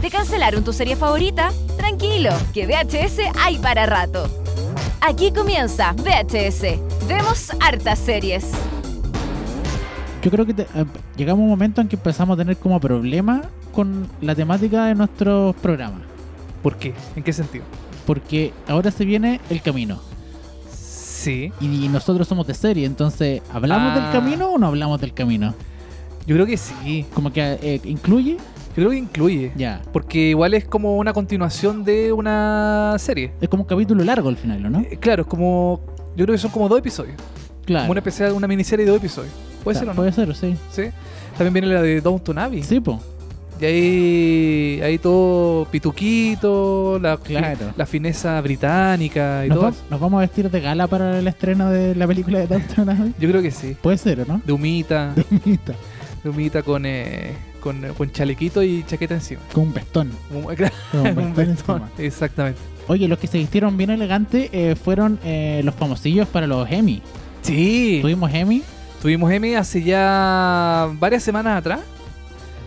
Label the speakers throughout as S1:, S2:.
S1: ¿Te cancelaron tu serie favorita? Tranquilo, que VHS hay para rato. Aquí comienza VHS. Vemos hartas series.
S2: Yo creo que te- eh, llegamos a un momento en que empezamos a tener como problema con la temática de nuestros programas.
S3: ¿Por qué? ¿En qué sentido?
S2: Porque ahora se viene el camino.
S3: Sí.
S2: Y nosotros somos de serie, entonces, ¿hablamos
S3: Ah.
S2: del camino o no hablamos del camino?
S3: Yo creo que sí.
S2: Como que eh, incluye,
S3: Yo creo que incluye.
S2: ya.
S3: Porque igual es como una continuación de una serie.
S2: Es como un capítulo largo al final, ¿o ¿no?
S3: Eh, claro, es como. Yo creo que son como dos episodios.
S2: Claro.
S3: Como una especial, una miniserie de dos episodios.
S2: O
S3: Puede
S2: sea,
S3: ser o no.
S2: Puede ser, sí.
S3: Sí. También viene la de Downton Abbey.
S2: Sí, po.
S3: Y ahí, ahí todo pituquito, la,
S2: Claro.
S3: la fineza británica y
S2: Nos,
S3: todo.
S2: va- nos vamos a vestir de gala para el estreno de la película de Downton Abbey.
S3: Yo creo que sí.
S2: Puede ser, ¿o ¿no?
S3: De humita,
S2: Mita,
S3: de humita con, eh, con, con chalequito y chaqueta encima.
S2: Con un vestón. Con
S3: Un,
S2: un
S3: un
S2: vestón
S3: vestón.
S2: encima.
S3: Exactamente.
S2: Oye, los que se vistieron bien elegante eh, fueron eh, los famosillos para los Emmy.
S3: Sí.
S2: Tuvimos Emmy,
S3: Tuvimos M hace ya varias semanas atrás.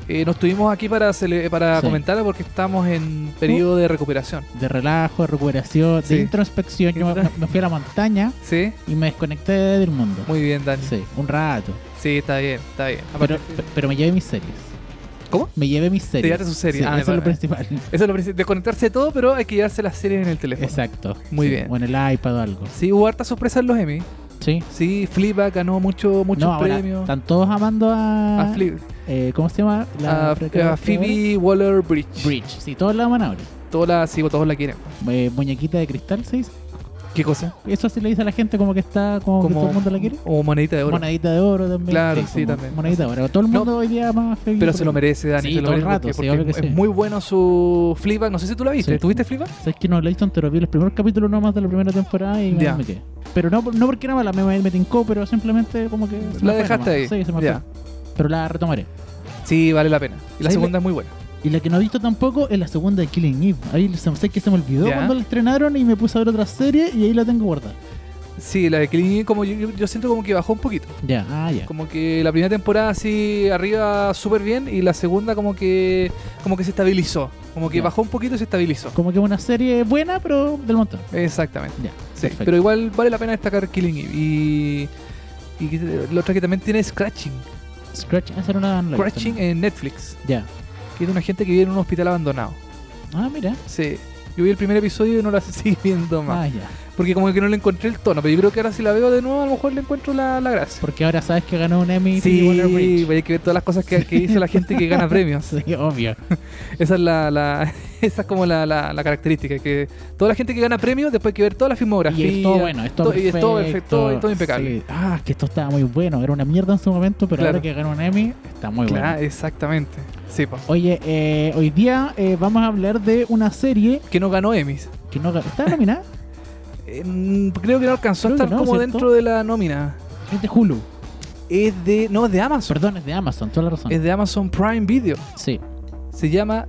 S3: Eh, nos tuvimos aquí para, cele- para
S2: Sí. Uh.
S3: comentarla porque estamos en periodo de recuperación.
S2: de relajo, de recuperación,
S3: Sí.
S2: de introspección. Yo me, me fui a la montaña
S3: ¿Sí?
S2: y me desconecté del mundo.
S3: Muy bien, Dani. Sí,
S2: Sí, un rato.
S3: está bien, está bien.
S2: Pero,
S3: Aparte-
S2: pe- pero me llevé mis series.
S3: ¿Cómo?
S2: Me llevé mis
S3: Te
S2: series.
S3: llevaste sus series.
S2: Sí,
S3: Ah,
S2: eso es
S3: me
S2: lo
S3: parece.
S2: principal.
S3: Eso es lo principal. Desconectarse de todo, pero hay que llevarse las series en el teléfono.
S2: Exacto.
S3: Muy
S2: Sí,
S3: bien.
S2: O en el iPad o algo.
S3: Sí, hubo harta sorpresa en los Emmy.
S2: Sí.
S3: Sí, Flipa ganó mucho, muchos
S2: no, ahora
S3: premios.
S2: están todos amando a.
S3: A, Flip-
S2: eh, ¿Cómo se llama?
S3: a-
S2: creadora?
S3: a Phoebe Waller Bridge.
S2: Bridge. Sí, todos la aman ahora.
S3: Todas las, sí, todos la quieren.
S2: Eh, muñequita de cristal, ¿se dice?
S3: ¿Qué cosa?
S2: Eso sí le dice a la gente como que está, como, que todo el mundo la quiere.
S3: O monedita de oro.
S2: Monedita de oro también.
S3: Claro, sí,
S2: como
S3: también.
S2: Monedita de oro. Todo el
S3: No,
S2: mundo hoy día más feliz.
S3: Pero se lo merece, Dani.
S2: Sí,
S3: se lo
S2: todo el
S3: merece
S2: rato,
S3: porque-
S2: sí, obvio que
S3: porque es
S2: sí.
S3: muy bueno su Flipa. No sé si tú la viste.
S2: Sí.
S3: ¿Tuviste Flipa?
S2: ¿Sabes que no lo he visto entero? Vi los primeros capítulos nomás de la primera temporada y
S3: Ya.
S2: me metí. Pero no, no porque era mala, me, me tincó, pero simplemente como que... se me
S3: La
S2: fue
S3: dejaste
S2: nomás.
S3: ahí.
S2: Sí, se me
S3: Ya.
S2: fue. Pero la retomaré.
S3: Sí, vale la pena. Y la
S2: Sí,
S3: segunda es muy buena.
S2: Y la que no he visto tampoco es la segunda de Killing Eve. Ahí se- sé que se me olvidó
S3: Ya.
S2: cuando la estrenaron y me puse a ver otra serie y ahí la tengo guardada.
S3: Sí, la de Killing Eve, como yo- yo- yo siento como que bajó un poquito.
S2: Ya, ah, ya.
S3: Como que la primera temporada así arriba súper bien y la segunda como que como que se estabilizó. Como que
S2: Ya.
S3: bajó un poquito y se estabilizó.
S2: Como que una serie buena, pero del montón.
S3: Exactamente.
S2: Ya,
S3: Sí.
S2: perfecto.
S3: Pero igual vale la pena destacar Killing Eve. Y, y que- la otra que también tiene es Scratching.
S2: Scratch, esa era una... no la he visto,
S3: Scratching
S2: ¿no?
S3: en Netflix.
S2: Ya.
S3: Que es de una gente que vive en un hospital abandonado.
S2: Ah, mira.
S3: Sí. Yo vi el primer episodio y no la seguí viendo más.
S2: Ah, ya.
S3: Porque como que no le encontré el tono. Pero yo creo que ahora si la veo de nuevo a lo mejor le encuentro la, la gracia.
S2: Porque ahora sabes que ganó un Emmy. Phoebe
S3: Sí,
S2: Waller-Bridge.
S3: pero hay que ver todas las cosas que, que hizo la gente que gana premios.
S2: Sí, obvio.
S3: Esa es la, la- esa es como la, la- la característica, que toda la gente que gana premios después hay que ver toda la filmografía.
S2: Y es todo bueno, es todo
S3: todo- y
S2: perfecto.
S3: es todo perfecto, todo- todo impecable.
S2: Sí. Ah, que esto estaba muy bueno. Era una mierda en su momento, pero
S3: Claro.
S2: ahora que ganó un Emmy, está muy
S3: Claro,
S2: bueno.
S3: exactamente. Sí, pues. po.
S2: Oye, eh, hoy día eh, vamos a hablar de una serie
S3: Que no ganó Emmys.
S2: que no... ¿Está nominada?
S3: Eh, mm, creo que no alcanzó
S2: Creo
S3: a
S2: que no,
S3: estar como
S2: ¿cierto?
S3: dentro de la nómina.
S2: es de Hulu.
S3: Es de. No, es de Amazon.
S2: Perdón, es de Amazon, toda la razón.
S3: Ah, Es de Amazon Prime Video.
S2: Sí.
S3: Se llama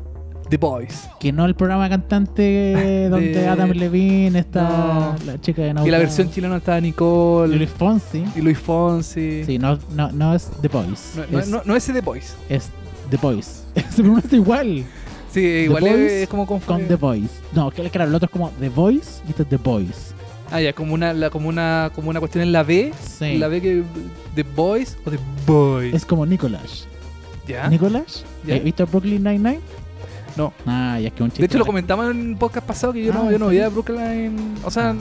S3: The Boys.
S2: Que no el programa cantante donde
S3: de-
S2: Adam Levine está
S3: No.
S2: la chica de
S3: Y la
S2: Naufragio.
S3: versión chilena está Nicole
S2: Luis Fonsi.
S3: y Luis Fonsi.
S2: Sí, no, no, no es The Boys.
S3: No, no-
S2: es,
S3: no- no es The Boys.
S2: es The Boys. Se pronuncia igual.
S3: Sí, igual es-
S2: Boys
S3: es como conf-
S2: con The Voice. No, que- claro, el otro es como The Voice y este es The Voice.
S3: Ah, ya, como una, la- como una, como una cuestión en la B.
S2: Sí.
S3: La B que The Boys o The Boys.
S2: Es como Nicolás.
S3: ¿Ya?
S2: ¿Nicolás?
S3: ¿Ah? Ya.
S2: ¿Has visto Brooklyn Nine-Nine?
S3: No.
S2: Ah, ya es que un chiste.
S3: De hecho, lo comentamos en un podcast pasado que yo
S2: Ah,
S3: no,
S2: ¿en
S3: yo no
S2: serio?
S3: veía Brooklyn. O sea,
S2: Ah.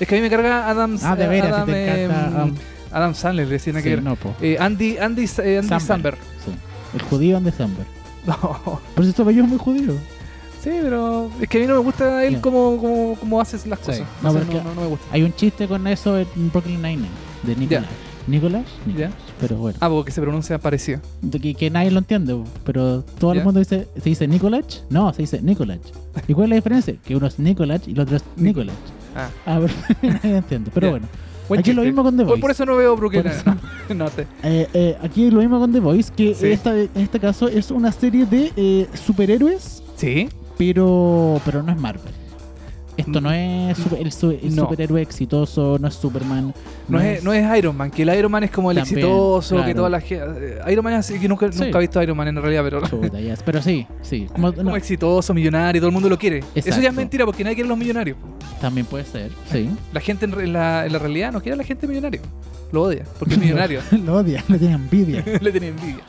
S3: es que a mí me carga Adam
S2: Ah, de veras,
S3: Adam,
S2: si te encanta.
S3: em,
S2: um,
S3: Adam Sandler, le decían
S2: sí,
S3: que ver.
S2: no, po.
S3: Eh, Andy, Andy, eh, Andy Samberg.
S2: Samberg. Sí. El judío en December.
S3: No.
S2: Por eso yo es muy judío.
S3: Sí, pero es que a mí no me gusta él
S2: Ya.
S3: como, como, como haces las
S2: Sí.
S3: cosas.
S2: No,
S3: O sea, No,
S2: porque-
S3: no, no me gusta.
S2: Hay un chiste con eso en Brooklyn Nine-Nine de Nicolás. ¿Nicolás? Nicolás. Pero bueno.
S3: Ah, porque se pronuncia parecido.
S2: De que, que nadie lo entiende, pero todo
S3: Ya.
S2: el mundo dice, ¿se dice Nicolás? No, se dice Nicolás. ¿Y cuál es la diferencia? Que uno es Nicolás y el otro es Nicolás.
S3: Ah.
S2: Ah, pero nadie entiende, pero
S3: Ya.
S2: bueno.
S3: Buen
S2: aquí es lo
S3: chiste.
S2: mismo con The
S3: Por,
S2: Voice.
S3: por eso no veo Brooklyn.
S2: Por eso-
S3: No, no te-
S2: Eh, eh, aquí es lo mismo con The Voice, que
S3: Sí.
S2: esta, en este caso es una serie de eh, superhéroes,
S3: Sí.
S2: pero pero no es Marvel. Esto no es super- el, su- el
S3: No.
S2: superhéroe exitoso, no es Superman.
S3: No, es, no es Iron Man, que el Iron Man es como el
S2: También,
S3: exitoso, que
S2: claro.
S3: toda la gente... Iron Man es así, que nunca,
S2: Sí.
S3: nunca he visto a Iron Man en realidad, pero...
S2: Chuta, ya, Pero sí, sí. Como-
S3: Como
S2: no,
S3: exitoso, millonario, todo el mundo lo quiere. Eso ya es
S2: Exacto.
S3: mentira porque nadie quiere a los millonarios.
S2: también puede ser, sí.
S3: La gente en, re- en la, en la realidad no quiere a la gente millonaria. Lo odia, porque es millonario.
S2: Lo odia, le tiene envidia.
S3: Le tiene envidia.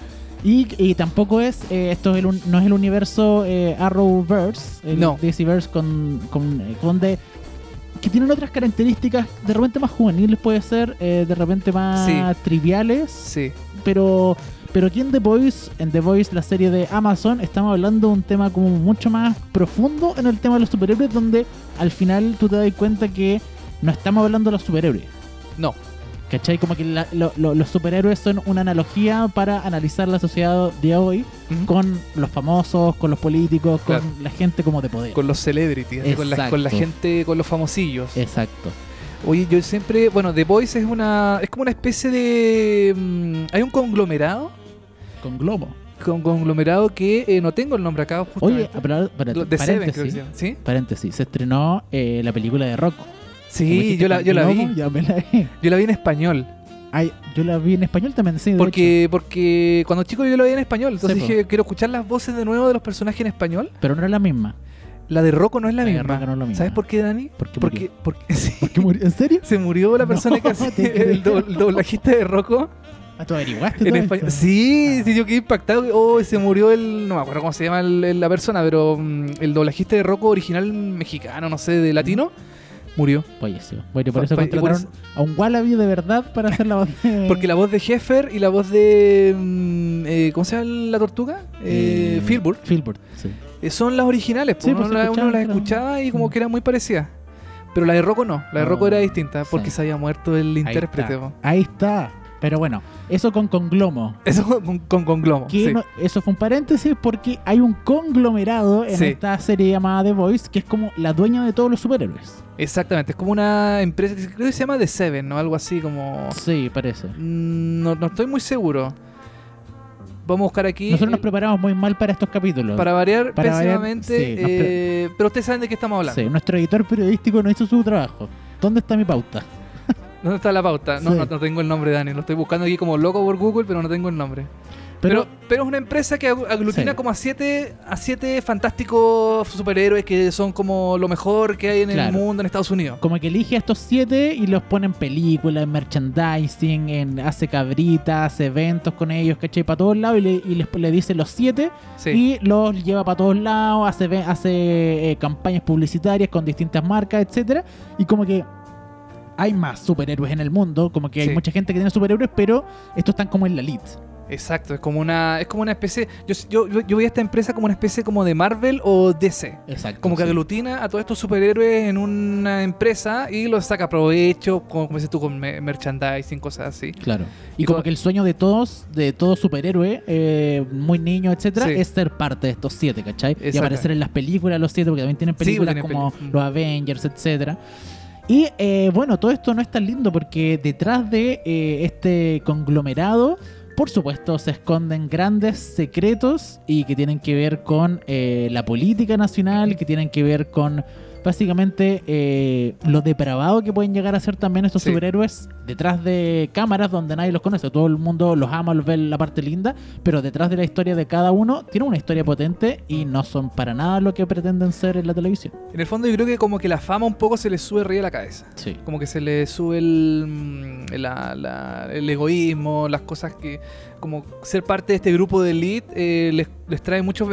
S2: Y, y tampoco es, eh, esto es el un- no es el universo eh, Arrowverse, el
S3: No.
S2: DCverse con, con, eh, con de- que tienen otras características de repente más juveniles puede ser, eh, de repente más
S3: Sí.
S2: triviales,
S3: Sí.
S2: pero pero aquí en The Voice, en The Voice, la serie de Amazon, estamos hablando de un tema como mucho más profundo en el tema de los superhéroes, donde al final tú te das cuenta que no estamos hablando de los superhéroes.
S3: No.
S2: ¿Cachai? Como que la- lo- lo- los superhéroes son una analogía para analizar la sociedad de hoy
S3: Ujú. Con,
S2: con los famosos, con los políticos, con
S3: Claro.
S2: la gente como de poder.
S3: los celebrities, así, con la, con la
S2: Exacto.
S3: gente, con los famosillos.
S2: Exacto.
S3: Oye, yo siempre, bueno, The Voice es una, es como una especie de, mm, hay un conglomerado,
S2: Con Globo.
S3: con conglomerado que eh, no tengo el nombre acá.
S2: Oye,
S3: Justamente.
S2: pero- espérate,
S3: Lo- The Seven, creo que
S2: paréntesis,
S3: se llama. ¿Sí?
S2: paréntesis, se estrenó eh, la película de Rocco. Como
S3: Sí,
S2: dijiste,
S3: yo la,
S2: con
S3: yo la
S2: Globo,
S3: vi.
S2: ya me la vi.
S3: Yo la vi en español.
S2: Ay, yo la vi en español también, sí. de hecho.
S3: Porque, porque cuando chico yo lo veía en español, entonces
S2: Sí, po.
S3: dije, quiero escuchar las voces de nuevo de los personajes en español.
S2: Pero no era la misma.
S3: La de Rocco no es la,
S2: La de
S3: misma.
S2: Rocco no es la misma.
S3: ¿Sabes por qué, Dani?
S2: Porque
S3: Porque, porque sí,
S2: ¿Por qué murió? ¿En serio?
S3: se murió la
S2: No,
S3: persona que hacía
S2: te creo.
S3: el, do- el doblajista de Rocco
S2: Ah, ¿Tú averiguaste
S3: en
S2: todo
S3: español.
S2: esto?
S3: Sí, sí, yo quedé impactado. Oh, se murió el. No me acuerdo cómo se llama el- el- la persona, pero mm, el doblajista de Rocco original mexicano, no sé, de latino, murió.
S2: Falleció. Bueno, y por
S3: Fa-
S2: eso
S3: fa- y por
S2: contrataron a un Wallaby de verdad para hacer la voz de...
S3: Porque la voz de Heffer y la voz de. mm, eh, ¿Cómo se llama la tortuga? Eh, Filbert.
S2: Filbert, sí.
S3: Eh, son las originales, pues,
S2: Sí,
S3: uno,
S2: pues, se
S3: la- uno
S2: escuchaban,
S3: las
S2: pero-
S3: escuchaba y como
S2: Mm.
S3: que eran muy parecidas. Pero la de Rocco no, la de Rocco
S2: Oh,
S3: era distinta porque
S2: sí.
S3: se había muerto el
S2: Ahí
S3: intérprete.
S2: está.
S3: po.
S2: Ahí está. Pero bueno, eso con Conglomo.
S3: Eso con, con, con Glomo.
S2: Que
S3: sí.
S2: no- eso fue un paréntesis porque hay un conglomerado en
S3: Sí.
S2: esta serie llamada The Voice que es como la dueña de todos los superhéroes.
S3: Exactamente, es como una empresa que creo que se llama The Seven, ¿no? Algo así como.
S2: Sí, parece.
S3: Mm, No, no estoy muy seguro. Vamos a buscar aquí.
S2: Nosotros
S3: eh,
S2: nos preparamos muy mal para estos capítulos.
S3: para variar
S2: para variar,
S3: pésimamente.
S2: sí, nos pre-
S3: eh, pero ustedes saben de qué estamos hablando.
S2: Sí, nuestro editor periodístico no hizo su trabajo. ¿Dónde está mi pauta?
S3: ¿Dónde está la pauta? No,
S2: Sí.
S3: no, no tengo el nombre, Dani. Lo estoy buscando aquí como loco por Google, pero no tengo el nombre. Pero,
S2: Pero,
S3: pero es una empresa que aglu- aglutina
S2: Sí.
S3: como a siete, a siete fantásticos superhéroes que son como lo mejor que hay en el
S2: Claro.
S3: mundo en Estados Unidos.
S2: como que elige a estos siete y los pone en películas, en merchandising, en, hace cabritas, hace eventos con ellos, ¿cachai? Para todos lados y, le, y les- le dice los siete
S3: Sí.
S2: y los lleva para todos lados, hace, ve- hace eh, campañas publicitarias con distintas marcas, etcétera Y como que hay más superhéroes en el mundo, como que
S3: Sí.
S2: hay mucha gente que tiene superhéroes, pero estos están como en la lead.
S3: Exacto, es como una, es como una especie. Yo, yo, yo, yo vi a esta empresa como una especie como de Marvel o DC.
S2: Exacto.
S3: Como que
S2: sí.
S3: aglutina a todos estos superhéroes en una empresa y los saca provecho, como, como dices tú, con me- merchandising, cosas así.
S2: Claro.
S3: Y
S2: Y como
S3: como-
S2: que el sueño de todos, de todo superhéroe, eh, muy niño, etcétera,
S3: Sí.
S2: es ser parte de estos siete, ¿cachai? Y
S3: Exacto.
S2: aparecer en las películas los siete, porque también tienen
S3: Sí,
S2: películas
S3: tienen
S2: como
S3: peli- mm.
S2: los Avengers, etcétera. Y eh, bueno, todo esto no es tan lindo porque detrás de eh, este conglomerado, por supuesto, se esconden grandes secretos y que tienen que ver con eh, la política nacional, que tienen que ver con básicamente eh, lo depravado que pueden llegar a ser también estos
S3: Sí.
S2: superhéroes detrás de cámaras donde nadie los conoce. Todo el mundo los ama, los ve en la parte linda, pero detrás de la historia de cada uno tiene una historia potente y no son para nada lo que pretenden ser en la televisión.
S3: En el fondo, yo creo que como que la fama un poco se les sube arriba de la cabeza.
S2: Sí.
S3: como que se le sube el, mm, la- la- el egoísmo, las cosas que, como ser parte de este grupo de elite, eh, les, les trae muchos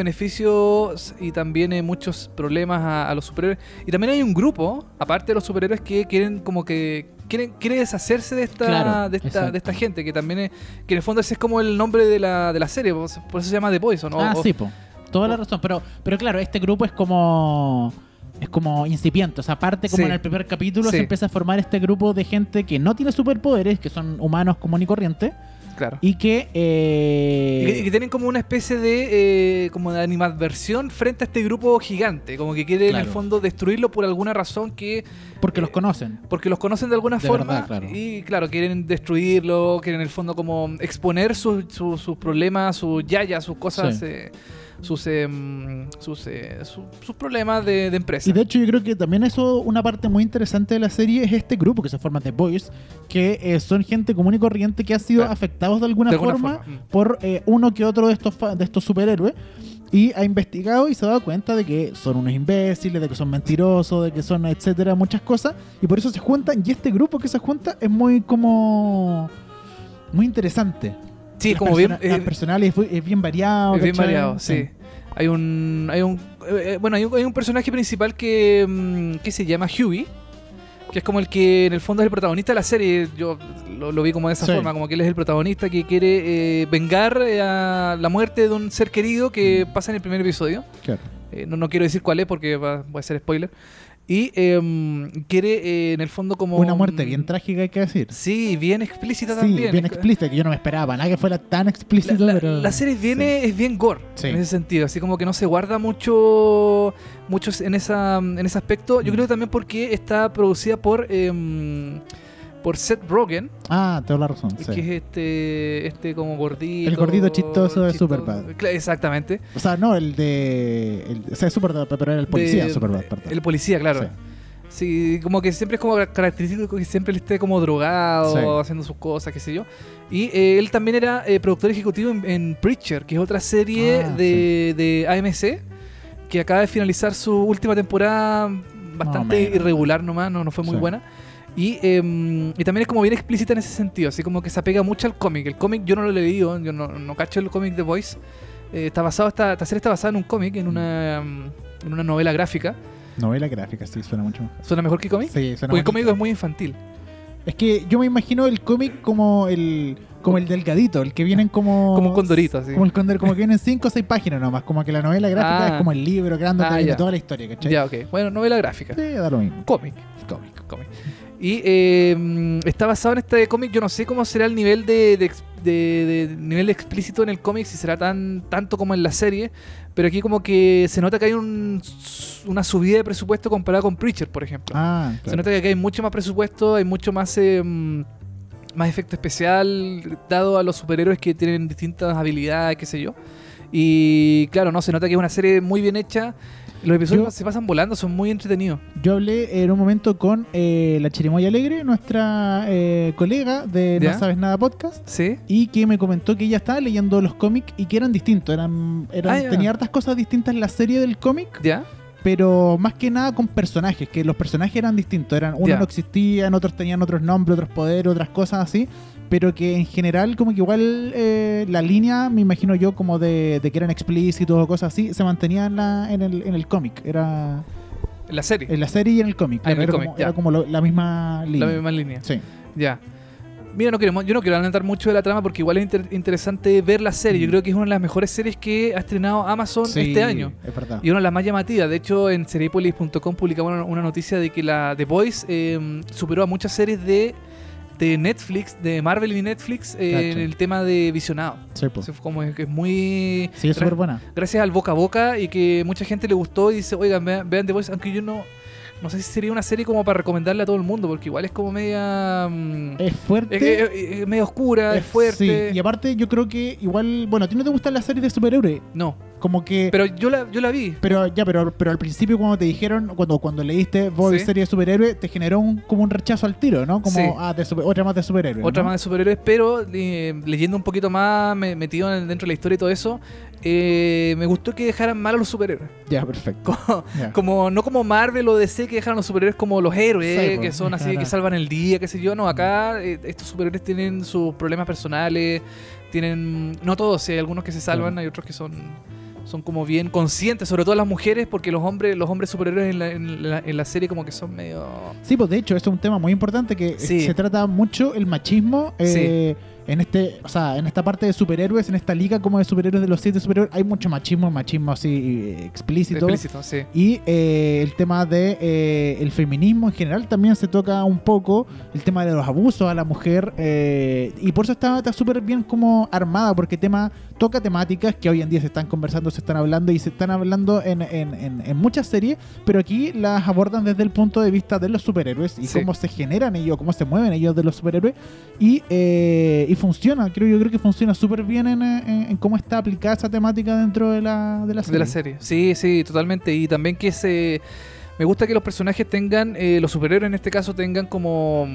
S3: beneficios y también eh, muchos problemas a, a los superhéroes. Y también hay un grupo, aparte de los superhéroes, que quieren como que... Quieren, quiere deshacerse de esta,
S2: Claro,
S3: de, esta,
S2: exacto.
S3: de esta gente, que también es, que en el fondo ese es como el nombre de la, de la serie, por eso por eso se llama The Poison. ¿no?
S2: ah,
S3: O-
S2: sí, po. Toda la razón. Pero, pero claro, este grupo es como. Es como incipiente, o sea, aparte como
S3: Sí.
S2: en el primer capítulo
S3: Sí.
S2: se empieza a formar este grupo de gente que no tiene superpoderes, que son humanos común y corriente,
S3: claro.
S2: y que... eh,
S3: Y que, y que tienen como una especie de eh, como de animadversión frente a este grupo gigante, como que quiere en el
S2: Claro.
S3: fondo destruirlo por alguna razón que
S2: porque los
S3: eh,
S2: conocen.
S3: porque los conocen de alguna
S2: De
S3: forma
S2: verdad, claro.
S3: y claro, quieren destruirlo, quieren en el fondo como exponer sus sus- sus problemas, sus yayas, sus cosas
S2: Sí.
S3: eh, sus, eh, mm, sus, eh, su- sus problemas de, de empresa.
S2: Y de hecho yo creo que también eso, una parte muy interesante de la serie es este grupo que se forma The Boys, que eh, son gente común y corriente que ha sido
S3: Claro.
S2: afectados de alguna,
S3: Ah. De alguna
S2: forma,
S3: forma, mm.
S2: por eh, uno que otro de estos, fa- de estos superhéroes. Y ha investigado y se ha dado cuenta de que son unos imbéciles, de que son mentirosos, de que son etcétera, muchas cosas. Y por eso se juntan. Y este grupo que se junta es muy como... Muy interesante.
S3: sí,
S2: Las
S3: como bien,
S2: persona-
S3: eh,
S2: las personales es, bu- es bien variado.
S3: Es bien
S2: Ah, ¿cachai?
S3: variado, sí. Hay un. Hay un eh, eh, bueno, hay un, hay un personaje principal que, mm, que se llama Huey, que es como el que en el fondo es el protagonista de la serie. Yo lo, lo vi como de esa
S2: Sí.
S3: forma, como que él es el protagonista que quiere eh, vengar eh, a la muerte de un ser querido que
S2: Mm.
S3: pasa en el primer episodio.
S2: Claro.
S3: Eh, no, no quiero decir cuál es porque va, voy a ser spoiler. Y em, quiere, eh, en el fondo, como.
S2: Una muerte bien
S3: mm,
S2: trágica, hay que decir.
S3: Sí, bien explícita
S2: Sí,
S3: también.
S2: bien
S3: Es-
S2: explícita, que yo no me esperaba, nada que fuera tan explícita,
S3: la, la-
S2: pero...
S3: la serie viene, es bien gore
S2: Ah, Sí.
S3: en ese sentido, así como que no se guarda mucho, mucho en, esa, en ese aspecto. Yo
S2: Mm.
S3: creo que también porque está producida por, em, por Seth Rogen,
S2: Ah, toda la razón, sí.
S3: que es este, este como gordito.
S2: El gordito chistoso de Superbad.
S3: Cla- Exactamente.
S2: O sea, no, el de... El, o sea, es Superbad, pero era el policía
S3: De-
S2: de Superbad, perdón.
S3: El policía, claro.
S2: Sí.
S3: Sí, como que siempre es como característico que siempre él esté como drogado,
S2: Sí.
S3: haciendo sus cosas, qué sé yo. Y eh, él también era eh, productor ejecutivo en, en Preacher, que es otra serie
S2: Ah,
S3: de, de AMC, que acaba de finalizar su última temporada bastante
S2: menos.
S3: irregular nomás, no, no fue muy
S2: Sí.
S3: buena. Y, eh, y también es como bien explícita en ese sentido, así como que se apega mucho al cómic. El cómic yo no lo he leído, yo no, no cacho el cómic de Voice. Eh, está basado, esta, esta serie está basada en un cómic, en una, mm, en una novela gráfica.
S2: Novela gráfica, sí, suena mucho mejor.
S3: ¿Suena mejor que cómic?
S2: Sí, suena
S3: Porque el
S2: bonito.
S3: cómic es muy infantil.
S2: Es que yo me imagino el cómic como el como el delgadito, el que vienen como...
S3: Como un condorito, así.
S2: Como el condor, como que vienen cinco o seis páginas nomás, como que la novela gráfica
S3: Ah.
S2: es como el libro grande
S3: Ah,
S2: que viene
S3: ya.
S2: toda la historia, ¿cachai?
S3: Ya, ok. Bueno, novela gráfica.
S2: Sí, da lo mismo.
S3: Cómic. Cómic, cómic. Y eh, mm, está basado en este cómic. Yo no sé cómo será el nivel de, de ex- de- de- nivel explícito en el cómic, si será tan tanto como en la serie. Pero aquí como que se nota que hay un, una subida de presupuesto comparada con Preacher, por ejemplo.
S2: Ah,
S3: Se
S2: claro.
S3: nota que aquí hay mucho más presupuesto, hay mucho más, eh, mm, más efecto especial dado a los superhéroes que tienen distintas habilidades, qué sé yo. Y claro, no, se nota que es una serie muy bien hecha. Los episodios
S2: Yo-
S3: se pasan volando, son muy entretenidos.
S2: Yo hablé en un momento con eh, la Chirimoya Alegre, nuestra eh, colega de
S3: ¿Ya?
S2: No Sabes Nada Podcast,
S3: ¿Sí?
S2: y que me comentó que ella estaba leyendo los cómics y que eran distintos. Eran, eran,
S3: Ah, ya.
S2: tenía hartas cosas distintas en la serie del cómic,
S3: ¿Ya?
S2: pero más que nada con personajes, que los personajes eran distintos. Eran, unos
S3: Ya.
S2: no existían, otros tenían otros nombres, otros poderes, otras cosas así. Pero que en general, como que igual eh, la línea, me imagino yo, como de, de que eran explícitos o cosas así, se mantenía en, la- en el, en el cómic. Era.
S3: En la serie.
S2: En la serie y en el cómic.
S3: Ah, en
S2: claro,
S3: el
S2: era,
S3: cómic,
S2: como,
S3: ya.
S2: era como lo- la misma línea.
S3: La misma línea.
S2: Sí.
S3: Ya. Mira, no queremos, yo no quiero adelantar mucho de la trama porque igual es inter- interesante ver la serie. Yo
S2: Mm.
S3: creo que es una de las mejores series que ha estrenado Amazon
S2: Sí,
S3: este año.
S2: Es verdad.
S3: Y una de las más llamativas. De hecho, en seriepolis.com publicaba una, una noticia de que la The Voice eh, superó a muchas series de, de Netflix, de Marvel y Netflix, eh,
S2: Cacho.
S3: en el tema de visionado.
S2: Sí, po.
S3: Eso fue como que es muy.
S2: Sí, es
S3: gra-
S2: súper buena.
S3: gracias al boca a boca y que mucha gente le gustó y dice, oigan, vean, vean The Voice, aunque yo no. No sé si sería una serie como para recomendarle a todo el mundo, porque igual es como media. mm,
S2: Es fuerte.
S3: es, es- es- es media oscura, es,
S2: es-
S3: fuerte.
S2: Eh, Sí, y aparte yo creo que igual, bueno, a ti no te gustan las series de superhéroes,
S3: no,
S2: como que pero,
S3: pero yo la, yo la vi.
S2: ya, pero pero al principio cuando te dijeron, cuando cuando leíste Boy
S3: Sí.
S2: serie de superhéroes, te generó un, como un rechazo al tiro, ¿no? Como
S3: Sí.
S2: ah, de super- otra más de superhéroes.
S3: Otra
S2: ¿no?
S3: más de superhéroes, pero eh, leyendo un poquito más, me- metido en- dentro de la historia y todo eso, eh, me gustó que dejaran mal a los superhéroes.
S2: Ya, perfecto.
S3: Como,
S2: Ya.
S3: como- no como Marvel o DC que dejaron a los superhéroes como los héroes,
S2: Sí, po.
S3: que son así, que
S2: Claro.
S3: salvan el día, qué sé yo. No, acá eh, estos superhéroes tienen sus problemas personales, tienen... No todos, sí, hay algunos que se salvan,
S2: Claro.
S3: hay otros que son... Son como bien conscientes, sobre todo las mujeres, porque los hombres, los hombres superhéroes en la, en la- en la serie como que son medio...
S2: Sí, pues de hecho, eso es un tema muy importante que eh,
S3: Sí.
S2: se trata mucho el machismo. eh, En este, o sea, en esta parte de superhéroes, en esta liga como de superhéroes de los siete superhéroes, hay mucho machismo, machismo así eh, explícito.
S3: explícitos, sí.
S2: Y eh, el tema de eh, el feminismo en general también se toca un poco, el tema de los abusos a la mujer, eh, y por eso está está súper bien como armada, porque tema, toca temáticas que hoy en día se están conversando, se están hablando y se están hablando en, en- en- en muchas series, pero aquí las abordan desde el punto de vista de los superhéroes y
S3: Sí.
S2: cómo se generan ellos, cómo se mueven ellos de los superhéroes, y, eh, y y funciona, creo yo creo que funciona súper bien en, eh, en- en cómo está aplicada esa temática dentro de la, de la serie.
S3: de la serie. Sí, sí, totalmente. Y también que se. Me gusta que los personajes tengan, eh, los superhéroes en este caso tengan como.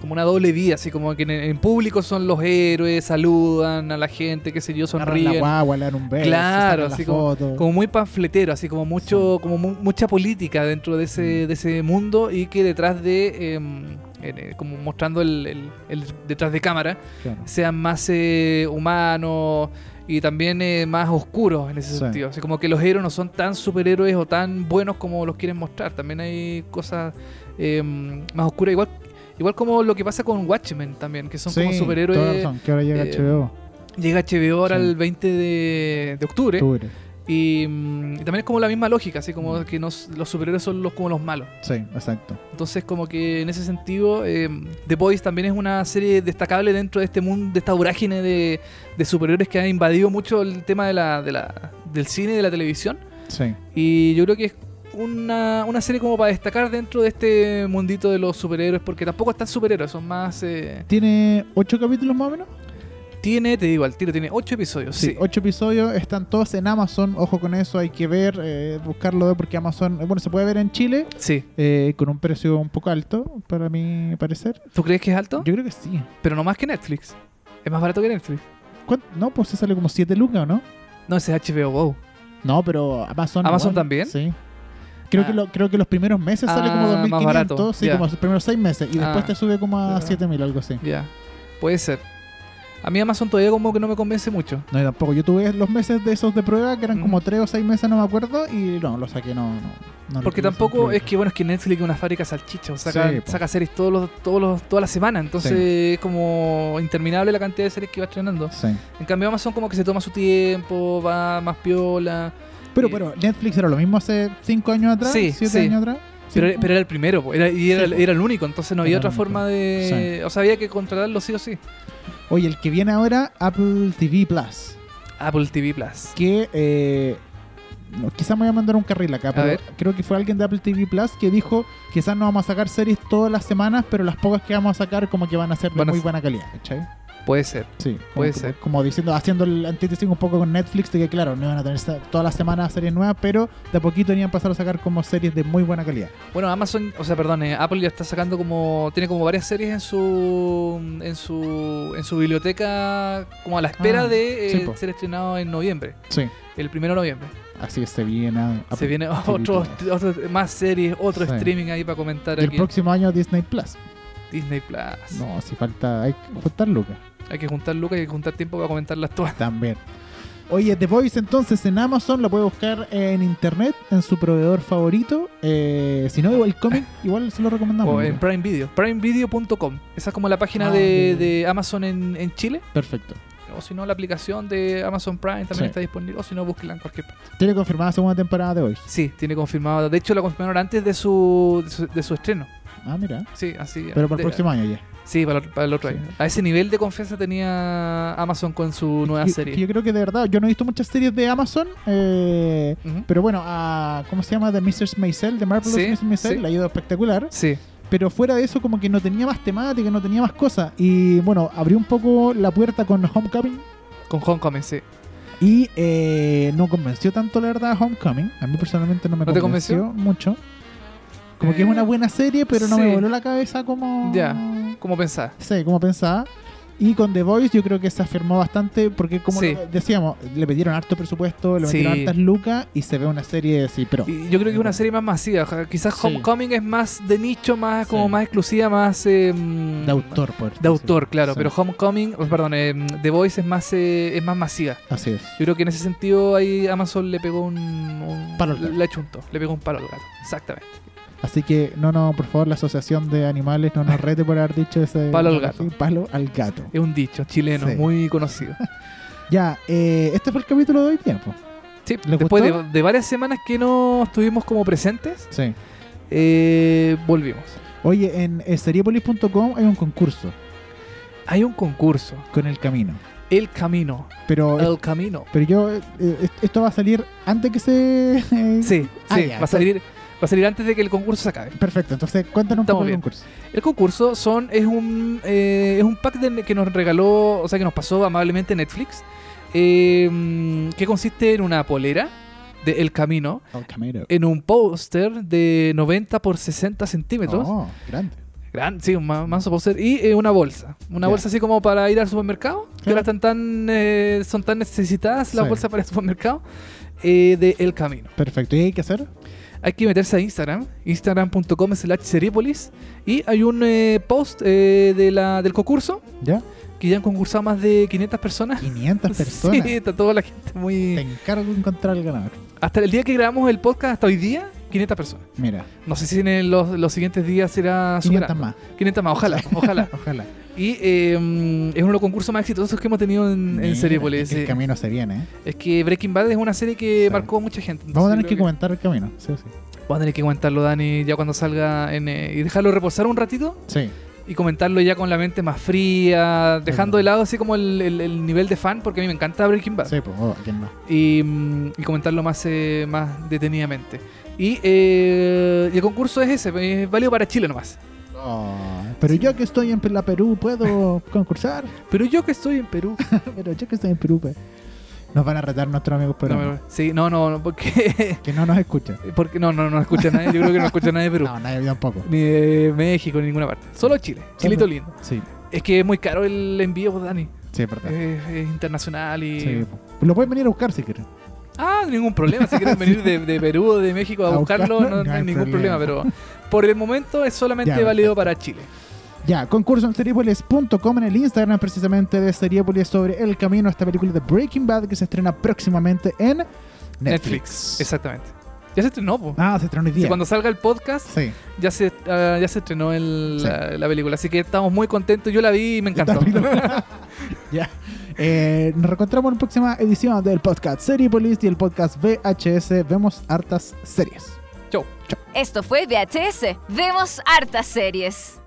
S3: Como una doble vía, así como que en, en público son los héroes, saludan a la gente, qué sé yo,
S2: Agarran la
S3: sonríen.
S2: guagua, le dan un beso,
S3: Claro,
S2: sacan la
S3: así como-
S2: foto.
S3: Como muy panfletero, así como mucho, como mu- mucha política dentro de
S2: Mm.
S3: ese, de ese mundo y que detrás de, em, en, eh, como mostrando el, el- el detrás de cámara,
S2: Claro.
S3: sean más eh, humanos y también eh, más oscuros en ese
S2: Sí.
S3: sentido. Así como que los héroes no son tan superhéroes o tan buenos como los quieren mostrar. También hay cosas eh, más oscuras, igual, igual como lo que pasa con Watchmen también, que son
S2: Sí,
S3: como
S2: toda
S3: superhéroes.
S2: razón, que ahora llega
S3: eh,
S2: HBO.
S3: Llega HBO ahora
S2: Sí.
S3: el 20 de, de octubre.
S2: Octubre.
S3: Y, mm, y también es como la misma lógica, así como que nos- los superhéroes son los, como los malos.
S2: Sí, exacto.
S3: Entonces, como que en ese sentido, eh, The Boys también es una serie destacable dentro de este mundo, de esta vorágine de, de superhéroes que ha invadido mucho el tema de la, de la- del cine y de la televisión.
S2: Sí.
S3: Y yo creo que es una, una serie como para destacar dentro de este mundito de los superhéroes, porque tampoco están superhéroes, son más. eh,
S2: ¿Tiene ocho capítulos más o menos?
S3: tiene, te digo al tiro, tiene ocho episodios. Sí,
S2: Ocho episodios, están todos en Amazon. Ojo con eso, hay que ver, eh, buscarlo, porque Amazon, eh, bueno, se puede ver en Chile
S3: sí.
S2: eh, con un precio un poco alto, para mi parecer.
S3: ¿Tú crees que es alto?
S2: Yo creo que sí.
S3: Pero no más que Netflix. Es más barato que Netflix.
S2: ¿Cuánto? No, pues se sale como 7 lucas, ¿o no?
S3: No, ese es HBO Go.
S2: No, pero Amazon.
S3: ¿Amazon también?
S2: Sí. Creo,
S3: Ah.
S2: que lo- creo que los primeros meses sale como
S3: Ah, más
S2: 2.500,
S3: barato,
S2: sí,
S3: ya.
S2: como los primeros 6 meses, y después
S3: Ah.
S2: te sube como a
S3: Ya.
S2: 7.000, algo así.
S3: Ya, puede ser. A mí Amazon todavía como que no me convence mucho.
S2: No, yo tampoco. Yo tuve los meses de esos de prueba, que eran
S3: Mm.
S2: como 3 o 6 meses, no me acuerdo, y no, lo saqué, no. no, no lo
S3: Porque
S2: quise
S3: tampoco
S2: incluir.
S3: es que, bueno, es que Netflix es una fábrica de salchichas. o Saca,
S2: Sí, po.
S3: saca series todos los, todos los, toda la semana. Entonces es como interminable la cantidad de series que va estrenando.
S2: Sí.
S3: En cambio Amazon como que se toma su tiempo, va más piola.
S2: Pero,
S3: Eh,
S2: pero, Netflix era lo mismo hace 5 años atrás,
S3: Sí,
S2: 7
S3: sí.
S2: años atrás.
S3: Pero,
S2: cinco.
S3: pero era el primero, po, era, y era,
S2: Sí, po.
S3: era el único. Entonces no había
S2: Era el
S3: otra
S2: único.
S3: forma de... O sea, había que contratarlo sí o sí.
S2: Oye, el que viene ahora, Apple TV Plus.
S3: Apple TV Plus.
S2: que eh, no, quizás me voy a mandar un carril acá, pero
S3: ver.
S2: creo que fue alguien de Apple TV Plus que dijo quizás no vamos a sacar series todas las semanas, pero las pocas que vamos a sacar como que van a ser de
S3: Van a
S2: muy
S3: ser-
S2: buena calidad, ¿cachai?
S3: Puede ser.
S2: Sí, como,
S3: Puede
S2: como-
S3: ser.
S2: como diciendo, haciendo el antítesis un poco con Netflix, de que claro, no iban a tener sa- todas las semanas series nuevas, pero de a poquito iban a empezar a sacar como series de muy buena calidad.
S3: Bueno, Amazon, o sea, perdón, eh, Apple ya está sacando como tiene como varias series en su en su en su biblioteca como a la espera
S2: Ah,
S3: de eh,
S2: sí, po.
S3: ser estrenado en noviembre,
S2: Sí,
S3: el primero de noviembre.
S2: así es, se viene. a- Apple
S3: Se viene
S2: TV+.
S3: otro, otro- más series, otro
S2: Sí.
S3: streaming ahí para comentar
S2: Y el
S3: aquí.
S2: próximo año Disney Plus.
S3: Disney Plus.
S2: No, si falta, hay que juntar lucas.
S3: Hay que juntar Lucas, hay que juntar tiempo para comentarlas todas.
S2: También. Oye, The Voice entonces en Amazon la puede buscar eh, en internet, en su proveedor favorito. Eh, si no, igual el cómic, igual se lo recomendamos.
S3: o
S2: Ah, mira.
S3: en Prime Video, primevideo.com. Esa es como la página
S2: Ah,
S3: de,
S2: bien.
S3: de Amazon en, en Chile.
S2: Perfecto.
S3: O si no, la aplicación de Amazon Prime también
S2: Sí.
S3: está disponible. O si no, búsquela en cualquier parte.
S2: Tiene confirmada segunda temporada de Voice.
S3: Sí, tiene confirmado. De hecho, la confirmaron antes de su, de su, de su estreno.
S2: Ah, mira.
S3: Sí, así.
S2: Pero para
S3: de-
S2: el próximo año ya.
S3: Sí, para, el- para el otro
S2: Sí.
S3: año. A ese nivel de confianza tenía Amazon con su nueva
S2: Yo-
S3: serie.
S2: Yo creo que de verdad, yo no he visto muchas series de Amazon, eh,
S3: Ujú.
S2: pero bueno, a, ¿cómo se llama? De Mrs. Maisel, de Marvelous
S3: Sí,
S2: Mrs. Maisel,
S3: sí.
S2: le ha ido espectacular.
S3: Sí,
S2: Pero fuera de eso, como que no tenía más temática, no tenía más cosas. Y bueno, abrió un poco la puerta con Homecoming,
S3: con Homecoming, sí.
S2: Y eh, no convenció tanto, la verdad, Homecoming. A mí personalmente no me
S3: ¿No te
S2: convenció, mucho. Como que es
S3: Eh,
S2: una buena serie, pero no me
S3: sí.
S2: voló la cabeza como...
S3: Ya. Como pensás?
S2: Sí, como pensaba. Y con The Voice yo creo que se afirmó bastante porque, como
S3: Sí.
S2: lo- decíamos, le pidieron harto presupuesto, le
S3: Sí.
S2: metieron hartas lucas y se ve una serie así, pero...
S3: Y yo creo que es una serie más masiva. Ja, Quizás
S2: Sí.
S3: Homecoming es más de nicho, más como
S2: Sí.
S3: más exclusiva, más... eh, mm,
S2: De autor, por
S3: De autor, claro.
S2: Sí.
S3: Pero Homecoming, oh, perdón, eh, The Voice es más, eh, es más masiva.
S2: Así es.
S3: Yo creo que en ese sentido ahí Amazon le pegó un... un-
S2: Palo al gato.
S3: Le achuntó, le pegó un palo al gato. Exactamente.
S2: Así que, no, no, por favor, la asociación de animales no nos rete por haber dicho ese...
S3: Palo al gato.
S2: Palo al gato.
S3: Es un dicho chileno,
S2: Sí.
S3: muy conocido.
S2: Ya, eh, este fue el capítulo de hoy tiempo.
S3: Sí,
S2: ¿Les
S3: después
S2: gustó?
S3: de, de varias semanas que no estuvimos como presentes,
S2: Sí.
S3: eh, volvimos.
S2: Oye, en eh, seriepolis.com hay un concurso
S3: Hay un concurso,
S2: con el camino.
S3: El Camino,
S2: Pero,
S3: El Camino.
S2: pero yo, eh, eh, esto va a salir antes que se.
S3: Sí,
S2: Ah,
S3: sí,
S2: ya,
S3: va a salir, Va a salir antes de que el concurso se acabe.
S2: Perfecto, entonces cuéntanos un
S3: Estamos
S2: poco del
S3: bien.
S2: concurso.
S3: El concurso son, es, un, eh, es un pack de- que nos regaló, o sea, que nos pasó amablemente Netflix, eh, mm, que consiste en una polera de El Camino,
S2: Oh, El Camero.
S3: en un póster de 90 por 60 centímetros,
S2: Oh, grande.
S3: gran, sí, un ma- manso póster, y eh, una bolsa. Una
S2: Ya.
S3: bolsa así como para ir al supermercado, que
S2: Claro.
S3: ahora están tan, eh, son tan necesitadas las
S2: Sí.
S3: bolsas para el supermercado, eh, de El Camino.
S2: Perfecto. ¿Y hay que hacer?
S3: Hay que meterse a Instagram, instagram.com slash seripolis y hay un eh, post eh, de la, del concurso
S2: ¿Ya?
S3: que ya han concursado más de 500 personas.
S2: 500 personas.
S3: Sí, está toda la gente
S2: Te
S3: muy...
S2: encargo de encontrar al ganador.
S3: Hasta el día que grabamos el podcast, hasta hoy día, 500 personas.
S2: Mira,
S3: No sé si en el- los, los siguientes días será
S2: 500
S3: superado.
S2: más.
S3: 500 más, ojalá, ojalá.
S2: Ojalá.
S3: Y eh, mm, es uno de los concursos más exitosos que hemos tenido en, en
S2: Mira,
S3: Seriepolis.
S2: es que El
S3: sí.
S2: camino se viene, ¿eh?
S3: Es que Breaking Bad es una serie que
S2: Sí.
S3: marcó a mucha gente.
S2: Vamos a
S3: Entonces
S2: tener que
S3: creo
S2: comentar el camino. Sí, sí.
S3: que- Vamos a tener que comentarlo, Dani, ya cuando salga en, eh, y dejarlo reposar un ratito.
S2: Sí.
S3: y comentarlo ya con la mente más fría, dejando de
S2: verdad.
S3: lado así como el, el- el nivel de fan, porque a mí me encanta Breaking Bad,
S2: Sí, pues, oh, ¿a quién no?
S3: y, mm, y comentarlo más, eh, más detenidamente. Y, eh, y el concurso es ese, es válido para Chile nomás.
S2: Oh, pero yo que estoy en la Perú, ¿puedo concursar?
S3: Pero yo que estoy en Perú...
S2: Pero yo que estoy en Perú, pues. Nos van a retar nuestros amigos
S3: no,
S2: peruanos.
S3: me- sí, no, no, no, porque...
S2: Que no nos escuchan.
S3: porque no, no, no escucha nadie, yo creo que no escucha nadie de Perú.
S2: No, nadie tampoco.
S3: Ni de México, ni ninguna parte. Solo Chile. Chilito lindo.
S2: Sí,
S3: Es que es muy caro el envío, pues, Dani.
S2: sí, es verdad.
S3: Es, es internacional y...
S2: Ah. Sí, pues. Lo pueden venir a buscar si quieren.
S3: Ah, ningún problema. Si quieren venir de, de Perú o de México a,
S2: A
S3: buscarlo,
S2: buscarlo,
S3: no,
S2: no
S3: no hay
S2: hay
S3: ningún problema.
S2: problema.
S3: Pero por el momento es solamente
S2: Ya, perfecto.
S3: válido para Chile.
S2: Ya, concurso en seriepolis.com en el Instagram precisamente de Seriepolis sobre el camino a esta película de Breaking Bad que se estrena próximamente en Netflix.
S3: Netflix. Exactamente. Ya se estrenó, po.
S2: Ah, se estrenó hoy
S3: Sí,
S2: día.
S3: cuando salga el podcast,
S2: Sí,
S3: ya se, ah, ya se estrenó el-
S2: Sí.
S3: la, la película. Así que estamos muy contentos. Yo la vi y me encantó.
S2: ya. Eh, nos reencontramos en la próxima edición del podcast Seriepolis y el podcast VHS. Vemos hartas series.
S3: Chau.
S1: Esto fue VHS. Vemos hartas series.